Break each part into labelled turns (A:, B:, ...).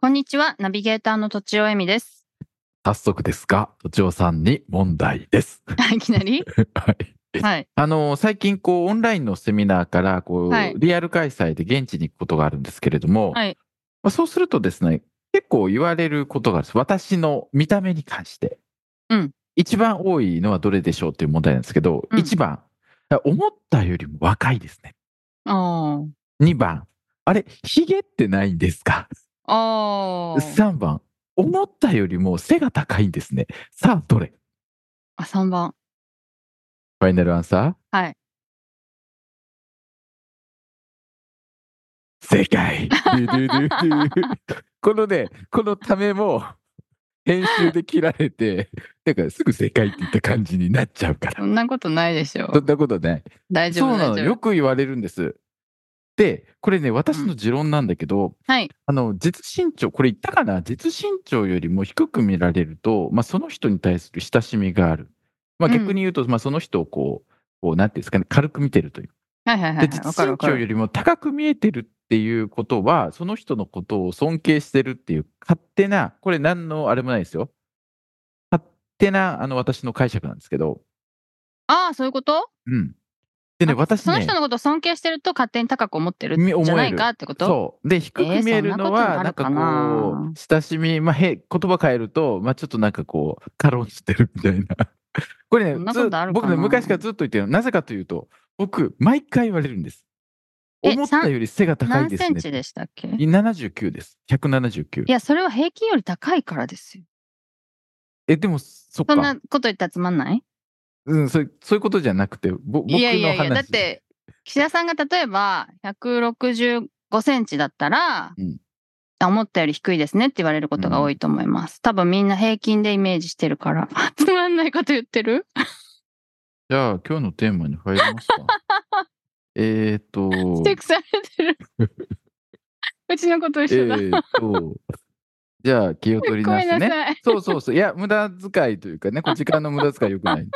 A: こんにちはナビゲーターのとちおえみです
B: 早速ですが、土地さんに問題です。
A: いきなり
B: はい。
A: はい
B: あの、最近、こう、オンラインのセミナーから、こう、
A: はい
B: リアル開催で現地に行くことがあるんですけれども、
A: はい
B: まあ、そうするとですね、結構言われることがあるんです。私の見た目に関して。
A: うん
B: 一番多いのはどれでしょうっていう問題なんですけど、
A: うん
B: 一番、思ったよりも若いですね。
A: あー
B: 二番、あれ、ヒゲってないんですか
A: あー
B: 3番思ったよりも背が高いんですねさあどれ
A: あ3番
B: ファイナルアンサー
A: はい
B: 正 解ドゥドゥドゥドゥこのねこのためも編集で切られてだからすぐ正解って言った感じになっちゃうから
A: そんなことないでしょ
B: そんなことない
A: 大丈夫
B: そうなの
A: 大丈夫
B: よく言われるんですでこれね私の持論なんだけど、
A: はい
B: あの実身長これ言ったかな実身長よりも低く見られると、まあ、その人に対する親しみがある、まあ、
A: うん
B: 逆に言うと、まあ、その人をこうこうなんていうんですかね軽く見てるという
A: はいはいはい
B: で
A: はいわ
B: 実
A: かるわ
B: 身
A: か
B: 長
A: る
B: よりも高く見えてるっていうことはその人のことを尊敬してるっていう勝手なこれ何のあれもないですよ勝手なあの私の解釈なんですけど
A: ああそういうこと
B: うんでね
A: あ
B: 私
A: そ
B: ね
A: の人のことを尊敬してると勝手に高く思ってるん
B: み思える
A: じゃないかってこと
B: そう。で、低く見えるのは、
A: え
B: な
A: ー
B: んか
A: そんなことになるかな
B: こう、親しみ、まあ、へ言葉変えると、まあ、ちょっとなんかこう、過論してるみたいな。 これ
A: そん
B: ね、
A: な
B: ず
A: ことあるかな
B: 僕ね、昔からずっと言ってるの。なぜかというと、僕、毎回言われるんです。
A: え
B: 思ったより背が高い
A: 何
B: です
A: セ
B: ね。
A: ンチでしたっけい
B: 79です。179。
A: やそれは平均より高いからですよ
B: え、でも、そっ
A: そんな
B: か。
A: こと言ったらつまんない
B: うん、そうそういうことじゃなくて、ぼ僕の話。
A: いやいやいやだって岸田さんが例えば165センチだったら、
B: うん
A: あ思ったより低いですねって言われることが多いと思います、多分みんな平均でイメージしてるから つまんないこと言ってる
B: じゃあ、今日のテーマに入ります か。えーっと。
A: 指摘されて る うちのこと一緒だ、
B: えーっと、じゃあ気を取り
A: ご
B: 直
A: め
B: し
A: ん
B: てね。
A: なさい
B: そうそうそう。いや、無駄遣いというかね、こう時間の無駄遣いよく ない。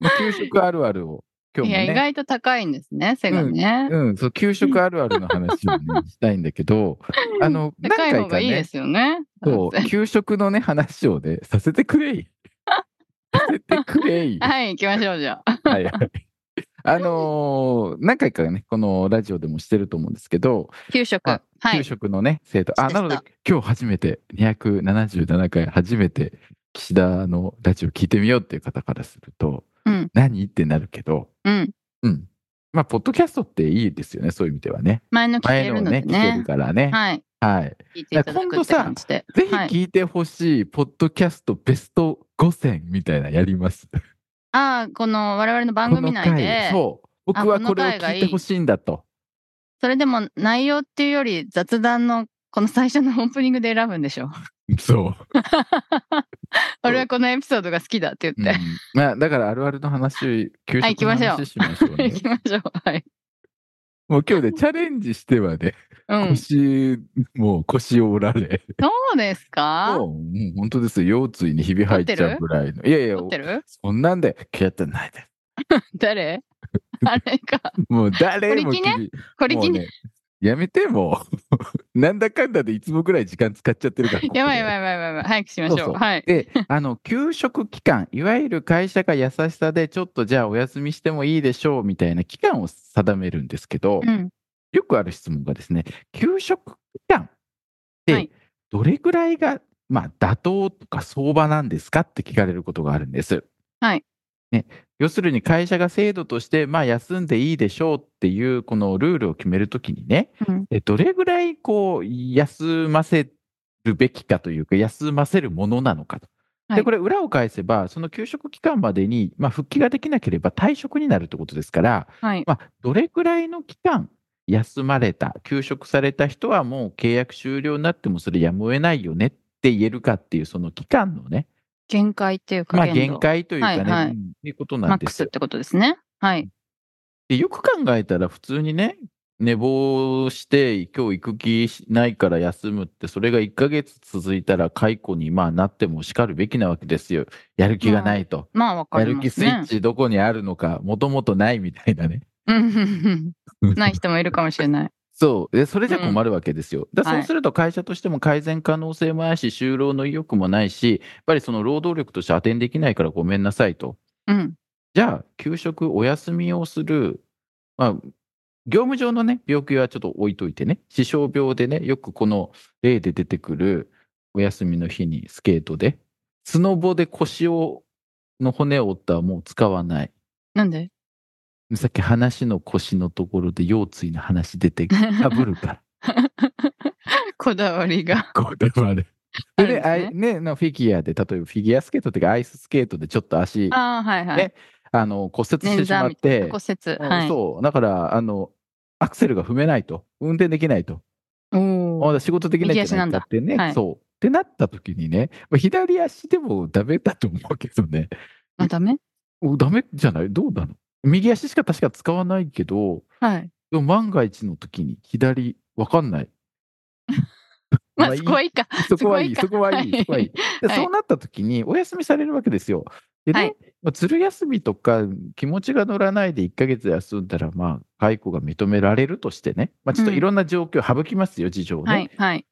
B: まあ、給食あるあるを、今日
A: い
B: も
A: や意
B: ね。
A: 外と高いんですね背がね、
B: うん、そう、給食あるあるの話を、ね、したいんだけど、あの、何
A: 高い
B: 回
A: 方
B: か
A: がいいで
B: ね、
A: すよね
B: そう、給食のね、話をね、させてくれい。させてくれい。は
A: はい行きましょうじ ゃ あ
B: いはい。あのー何回かね、このラジオでもしてると思うんですけど、
A: 給食
B: あ
A: は
B: 給
A: い
B: 食のね、生徒。あ、
A: そう
B: な
A: でした
B: ので、今日初めて、277回初めて、岸田のラジオ聞いてみようっていう方からすると、
A: うん
B: 何ってなるけど、
A: うん
B: うん。まあ、ポッドキャストっていいですよね、そういう意味ではね。
A: 前の聞け
B: 前
A: る
B: の
A: ので
B: ね、聞け
A: ね
B: るからね。
A: はい
B: はい。
A: 聞いていただくって感じで
B: ぜひ
A: はい
B: 聞いてほしい、ポッドキャストベスト5選みたいなやります。
A: ああ、この我々の番組内
B: この
A: で
B: 回、そう。僕は
A: あこの
B: これを
A: 回が
B: 聞
A: いい
B: いてほしいんだと。
A: それでも内容っていうより雑談のこの最初のオープニングで選ぶん でしょ。
B: そう。
A: 俺はこのエピソードが好きだって
B: う
A: 言っ
B: んまあ、だからあるあるの話、給
A: は
B: 食
A: い行き
B: の
A: ましょう
B: 話しましょう
A: て、
B: ね
A: 行。きましょう。はい。
B: もう今日でチャレンジしてはね、
A: うん。そ
B: 腰、もう腰を折られ、
A: うですか
B: もうもう本当ですよ、腰椎にひび入っちゃうぐらいの。いやいや
A: 撮っ、てる
B: そんなんで、やってないで。
A: 誰あれか。
B: もう誰も
A: 堀木ね
B: 君
A: これ
B: もう
A: 気に、
B: ね、やめて、もう。 なんだかんだでいつもぐらい時間使っちゃってるから。ここで
A: やばいやばいやばいやばい。早くしましょう。
B: そうそう
A: はい。
B: で、あの、給食期間、いわゆる会社が優しさで、ちょっとじゃあお休みしてもいいでしょうみたいな期間を定めるんですけど、
A: うん。
B: よくある質問がですね、給食期間っ
A: は
B: て
A: い
B: どれぐらいが、まあ、妥当とか相場なんですかって聞かれることがあるんです。
A: はい
B: ね、要するに会社が制度として、まあ、休んでいいでしょうっていうこのルールを決めるときにね、
A: うん
B: えどれぐらいこう休ませるべきかというか、休ませるものなのかと。
A: は
B: で
A: い
B: これ裏を返せば、その休職期間までに、まあ、復帰ができなければ退職になるってことですから、
A: はい。
B: まあ、どれくらいの期間休まれた、休職された人はもう契約終了になってもそれやむを得ないよねっって言えるかっていう、その期間のね、
A: 限界っていうか
B: まあ、
A: 限度
B: 限界というかね、
A: はいは
B: う
A: い
B: んっていうこと
A: マ
B: なん
A: ッ
B: で
A: ク
B: す
A: スっ
B: よ
A: てことですね。はい。
B: でよく考えたら、普通にね、寝坊して、今日行く気しないから休むって、それが1ヶ月続いたら解雇にまあなってもしかるべきなわけですよ。やる気がないと。
A: まあわか
B: や
A: り
B: る
A: ま
B: 気
A: す
B: スイッ
A: ね。
B: チどこにあるのか、もともとないみたいなね。
A: うんうん うんない人もいるかもしれない。
B: そう。で、それじゃ困るわけですよ。だから
A: は
B: そ
A: いう
B: すると会社としても改善可能性もないし、就労の意欲もないし、やっぱりその労働力として当てにできないからごめんなさいと。
A: うん。
B: じゃあ、休職、お休みをする、まあ、業務上のね、病気はちょっと置いといてね、死傷病でね、よくこの例で出てくるお休みの日にスケートで、スノボで腰を、の骨を折ったらもう使わない。
A: なんで
B: さっき話の腰のところで腰椎の話出て、かぶるから。
A: こだわりが。
B: こだわる。
A: あ
B: で
A: るん
B: ね、
A: です
B: あ
A: ね
B: いねのフィギュアで、例えばフィギュアスケートとかアイススケートでちょっと足、あ
A: ああ、はいはい
B: ね。の骨折して
A: 捻
B: しま
A: 挫
B: っ
A: みたい
B: てう
A: な、骨折。
B: ん
A: はい。
B: そう、だから、あの、アクセルが踏めないと、運転できないと、
A: お
B: ま
A: お。
B: だ仕事できないんじゃないかって
A: 右
B: ね、
A: 足なんだはい
B: そう。ってなった時にね、まあ左足でもダメだと思うけどね、
A: あ、ダメ
B: おダメじゃないどうなの右足しか確か使わないけど、
A: はい。
B: でも万が一の時に左、わかんない。
A: まあ、そこはいいか。
B: そこはいい、
A: そ
B: そ
A: こ
B: こ
A: は
B: はいい
A: い
B: い、
A: か
B: そこはいい。で、
A: はい
B: そうなった時にお休みされるわけですよ。で
A: はい
B: ね、まあ、ずる休みとか気持ちが乗らないで1ヶ月休んだら、まあ、解雇が認められるとしてね、まあ、ちょっと
A: うん
B: いろんな状況省きますよ、事情をね。
A: はいはい。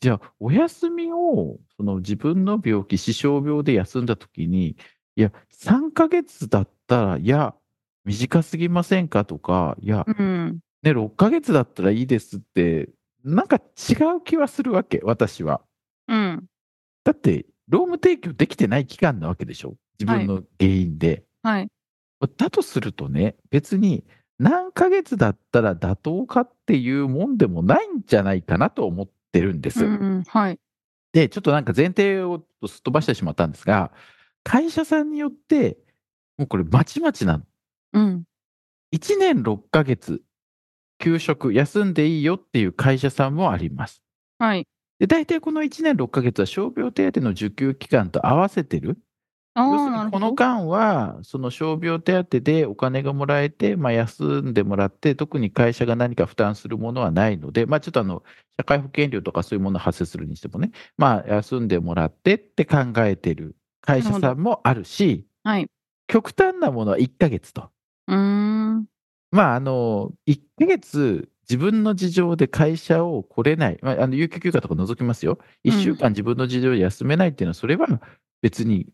B: じゃあ、お休みを、その自分の病気、死傷病で休んだ時に、いや、3ヶ月だったら、いや、短すぎませんかとか、いや、
A: うん。
B: ね、6ヶ月だったらいいですって、なんか違う気はするわけ、私は。
A: うん。
B: だって、労務提供できてない期間なわけでしょ自分の原因で。
A: はい。
B: だとするとね、別に何ヶ月だったら妥当かっていうもんでもないんじゃないかなと思ってるんです。
A: うんうん。はい。
B: で、ちょっとなんか前提をすっ飛ばしてしまったんですが、会社さんによって、もうこれまちまちなの。
A: うん。
B: 1年6ヶ月、休職、休んでいいよっていう会社さんもあります。
A: はい。
B: で、大体この1年6ヶ月は傷病手当の受給期間と合わせてる
A: あ
B: 要す
A: あ、
B: る
A: な
B: に
A: るほ
B: こ
A: ど
B: の。間は、その傷病手当でお金がもらえて、まあ、休んでもらって、特に会社が何か負担するものはないので、まあ、ちょっとあの社会保険料とかそういうものを発生するにしてもね、まあ、休んでもらってって考えてる会社さんもあるし、
A: はい。
B: 極端なものは1ヶ月と。
A: うーん。
B: まあ、あの1ヶ月自分の事情で会社を来れない、まあ、あの有給休暇とか除きますよ、
A: うん
B: 1週間自分の事情で休めないっていうのは、それは別に、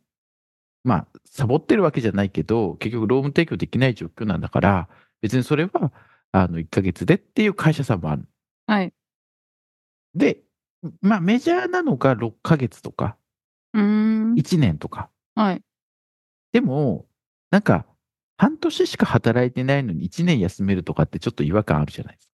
B: まあ、サボってるわけじゃないけど、結局、労務提供できない状況なんだから、別にそれはあの1ヶ月でっていう会社さんもある。
A: はい。
B: で、まあ、メジャーなのが6ヶ月とか、
A: うーん。
B: 1年とか。
A: はい。
B: でも、なんか、半年しか働いてないのに1年休めるとかってちょっと違和感あるじゃないです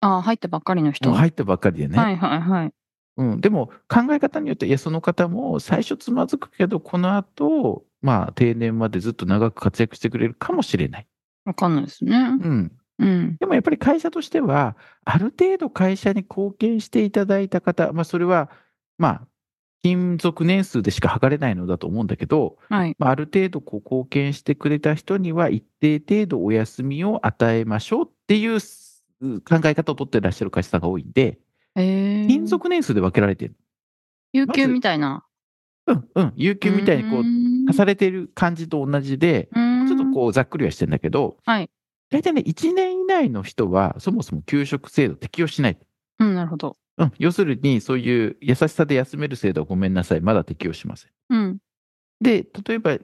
A: ああ、入ったばっかりの
B: か。
A: 人。
B: もう
A: は
B: 入
A: い
B: ったばっかりでね。
A: はいはい。
B: うん、でも考え方によって、いや、その方も最初つまずくけど、この後、まあ、定年までずっと長く活躍してくれるかもしれない。
A: わかんないですね。
B: うん。
A: うん。
B: でもやっぱり会社としては、ある程度会社に貢献していただいた方、まあ、それは、まあ、勤続年数でしか測れないのだと思うんだけど、
A: はい。
B: まあ、ある程度こう貢献してくれた人には、一定程度お休みを与えましょうっていうす考え方を取ってらっしゃる会社さんが多いんで、
A: ええ。
B: 勤続年数で分けられてる。
A: 有
B: ま
A: 給
B: ず
A: みたいな。
B: うんうん、有給みたいにこう
A: うーん
B: 足されてる感じと同じで、
A: うーん
B: ちょっとこうざっくりはしてんだけど、
A: はい
B: 大体ね、1年以内の人は、そもそも給食制度適用しない。
A: うん、なるほど。
B: うん、要するに、そういう優しさで休める制度はごめんなさい、まだ適用しません。
A: うん。
B: で、例えば、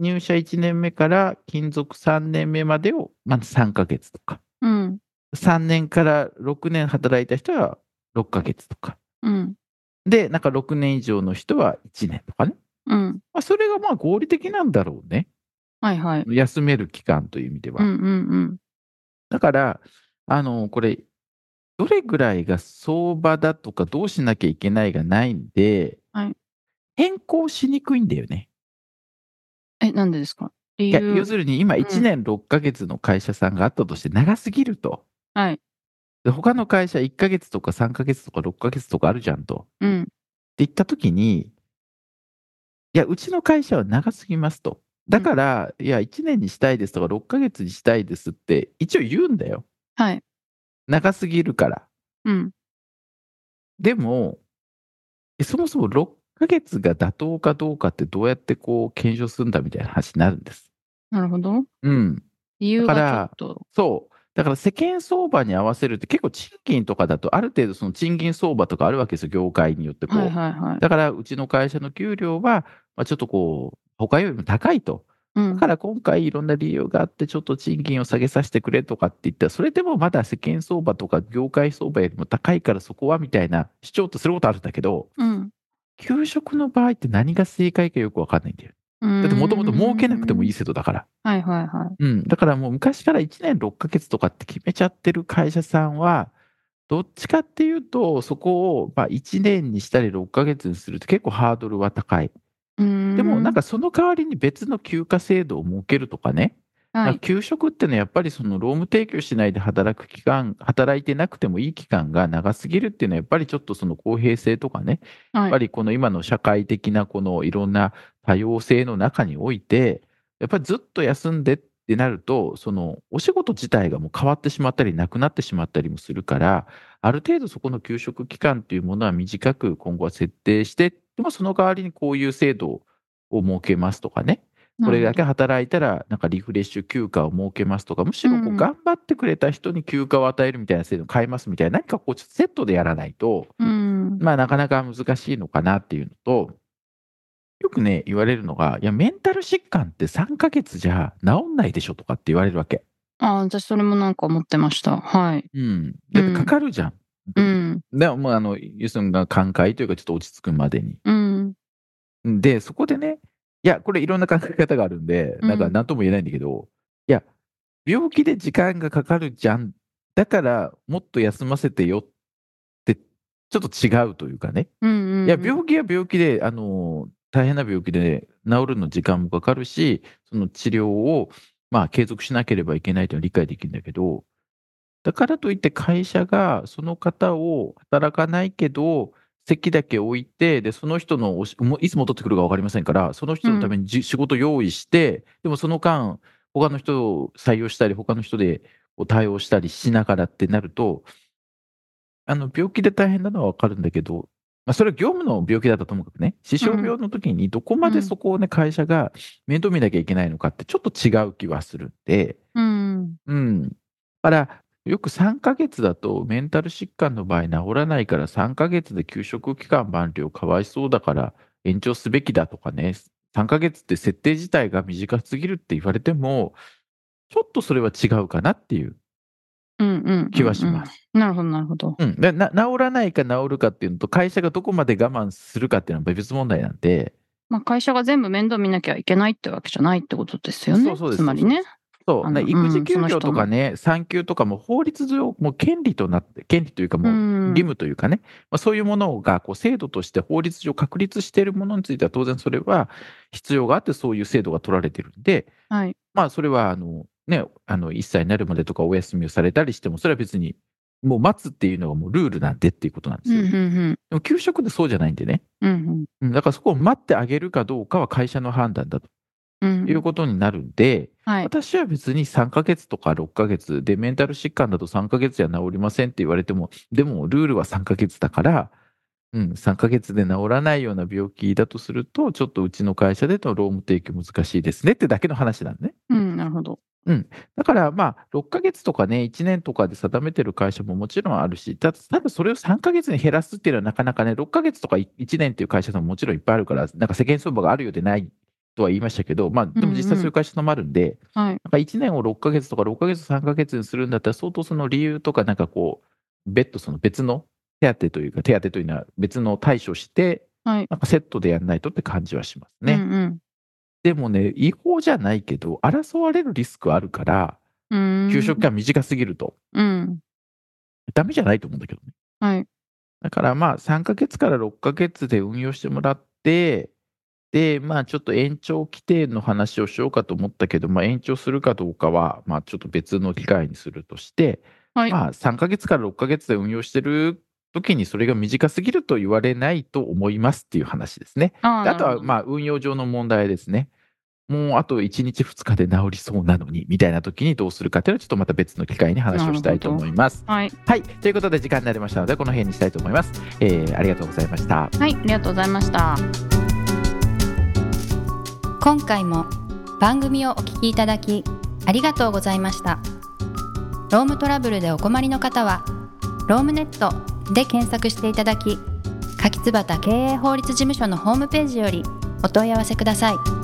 B: 入社1年目から勤続3年目までを、まず3ヶ月とか、
A: うん。
B: 3年から6年働いた人は6ヶ月とか、
A: うん。
B: で、なんか6年以上の人は1年とかね。
A: うん。
B: まあ、それがまあ合理的なんだろうね。
A: はいはい。
B: 休める期間という意味では。
A: うんうん
B: だから、あの、これ、どれぐらいが相場だとか、どうしなきゃいけないがないんで、
A: はい
B: 変更しにくいんだよね。
A: うん。え、なんでですか理
B: いや
A: 由。
B: 要するに、今、
A: ん
B: 1年6ヶ月の会社さんがあったとして、長すぎると。
A: はい。
B: で他の会社、1ヶ月とか3ヶ月とか6ヶ月とかあるじゃんと。
A: うん。
B: 言ったときに、いや、うちの会社は長すぎますと。だから、いや、1年にしたいですとか、6ヶ月にしたいですって、一応言うんだよ。
A: はい。
B: 長すぎるから。
A: うん。
B: でも、えそもそも6ヶ月が妥当かどうかってどうやってこう検証するんだみたいな話になるんです。
A: なるほど。
B: うん。
A: 理由
B: だか
A: が
B: ら
A: ちょっと。
B: そう。だから世間相場に合わせるって結構賃金とかだとある程度その賃金相場とかあるわけですよ、業界によってこう。
A: はいはいはい。
B: だからうちの会社の給料は、まあ、ちょっとこう、他よりも高いと。
A: うん
B: だから今回いろんな理由があって、ちょっと賃金を下げさせてくれとかって言ったら、それでもまだ世間相場とか業界相場よりも高いからそこはみたいな主張とすることあるんだけど、
A: うん。
B: 給食の場合って何が正解かよくわかんないんだよ。だ
A: だ
B: ってもともと儲けなくてもいい
A: い。
B: 制度だから。
A: はいはいはい。
B: うん。だからもう昔から1年6ヶ月とかって決めちゃってる会社さんは、どっちかっていうと、そこをまあ1年にしたり6ヶ月にするって結構ハードルは高い。
A: うーん
B: でもなん、かその代わりに別の休暇制度を設けるとかね。
A: は
B: まあ
A: い、
B: 給食ってのはやっぱりその労務提供しないで働く期間、働いてなくてもいい期間が長すぎるっていうのはやっぱりちょっとその公平性とかね、
A: は
B: やっ
A: い
B: ぱりこの今の社会的なこのいろんな多様性の中において、やっぱりずっと休んでってなると、そのお仕事自体がもう変わってしまったり、なくなってしまったりもするから、ある程度そこの休職期間というものは短く今後は設定して、でもその代わりにこういう制度を設けますとかね、これだけ働いたら、なんかリフレッシュ休暇を設けますとか、むしろこ
A: うん
B: う頑張ってくれた人に休暇を与えるみたいな制度を変えますみたいな、何かこう、セットでやらないと、
A: うん。
B: まあ、なかなか難しいのかなっていうのと、よくね、言われるのが、いや、メンタル疾患って3ヶ月じゃ治んないでしょとかって言われるわけ。
A: ああ、私それもなんか思ってました。はい。
B: うん。だってかかるじゃん。
A: うん。
B: でも、まあ、あの、ユスンが寛解というか、ちょっと落ち着くまでに。
A: うん。
B: で、そこでね、いや、これいろんな考え方があるんで、
A: うん
B: なんか何とも言えないんだけど、いや、病気で時間がかかるじゃん。だから、もっと休ませてよって、ちょっと違うというかね。
A: うんうん。
B: いや、病気は病気で、あの、大変な病気で、治るの時間もかかるし、その治療を、まあ、継続しなければいけないというのは理解できるんだけど、だからといって会社がその方を働かないけど、席だけ置いて、で、その人のおし、もういつ戻ってくるか分かりませんから、その人のためにじ、仕事用意して、でもその間、他の人を採用したり、他の人でこう対応したりしながらってなると、あの、病気で大変なのは分かるんだけど、まあ、それは業務の病気だったともかくね、死傷病の時にどこまでそこをね、会社が面倒見なきゃいけないのかってちょっと違う気はするんで、
A: うん。
B: うん。だから、よく3ヶ月だとメンタル疾患の場合治らないから3ヶ月で休職期間満了かわいそうだから延長すべきだとかね、3ヶ月って設定自体が短すぎるって言われても、ちょっとそれは違うかなっていう
A: うんうんうんうん。
B: 気はします。
A: なるほど、なるほど。
B: うん、でな治らないか治るかっていうのと、会社がどこまで我慢するかっていうのは別問題なんで、
A: まあ、会社が全部面倒見なきゃいけないってわけじゃないってことですよね。
B: そうそうです
A: つまりね。
B: そ
A: あ
B: う、だから
A: の
B: 育児
A: うんそ
B: 休
A: の人
B: 業とかね、産休とかも法律上、もう権利となって、権利というか、もう
A: 義
B: 義務というかね、まあ、そういうものがこう制度として法律上確立しているものについては、当然それは必要があって、そういう制度が取られてるんで、
A: はい。
B: まあ、それはあの、ね、あの1歳になるまでとかお休みをされたりしても、それは別に、もう待つっていうのがもうルールなんでっていうことなんです
A: うん
B: よ。
A: う
B: で
A: ん
B: も給食でそうじゃないんでね。
A: うん。うん
B: うんだからそこを待ってあげるかどうかは会社の判断だと
A: うん。
B: いうことになるんで、
A: はい。
B: 私は別に3ヶ月とか6ヶ月で、メンタル疾患だと3ヶ月じゃ治りませんって言われても、でもルールは3ヶ月だから、うん、3ヶ月で治らないような病気だとすると、ちょっとうちの会社での労務提供難しいですねってだけの話なんね。
A: うん、なるほど。
B: だからまあ、6ヶ月とかね、1年とかで定めてる会社ももちろんあるし、たただそれを3ヶ月に減らすっていうのはなかなかね、6ヶ月とか1年っていう会社さんももちろんいっぱいあるから、なんか世間相場があるようでないとは言いましたけど、まあ、でも実際そういう会社さんもあるんで、
A: はい。
B: なんか1年を6ヶ月とか6ヶ月3ヶ月にするんだったら相当その理由とかなんかこう別途その別の手当というか手当というのは別の対処して
A: はい。
B: なんかセットでやんないとって感じはしますね、
A: うん
B: でもね違法じゃないけど争われるリスクはあるから
A: うん。うん
B: 給食。が短すぎると
A: うん。
B: ダメじゃないと思うんだけどね
A: はい。
B: だからまあ3ヶ月から6ヶ月で運用してもらってでまあちょっと延長規定の話をしようかと思ったけど、まあ、延長するかどうかはまあちょっと別の機会にするとして
A: はい。
B: まあ、3ヶ月から6ヶ月で運用してる時にそれが短すぎると言われないと思いますっていう話ですね。
C: あ
B: であとは、
C: あ、
B: まあ、運用上の問題ですね。もうあと1日2日で治りそうなのにみたいな時にどうするかっていうのはちょっとまた別の機会に話をしたいと思います。
C: はい、
B: はい。ということで時間になりましたのでこの辺にしたいと思います。えーありがとうございました。
C: はい、ありがとうございました。今回も番組をお聞きいただきありがとうございました。ロームトラブルでお困りの方は、ロームネットで検索していただき、柿椿経営法律事務所のホームページよりお問い合わせください。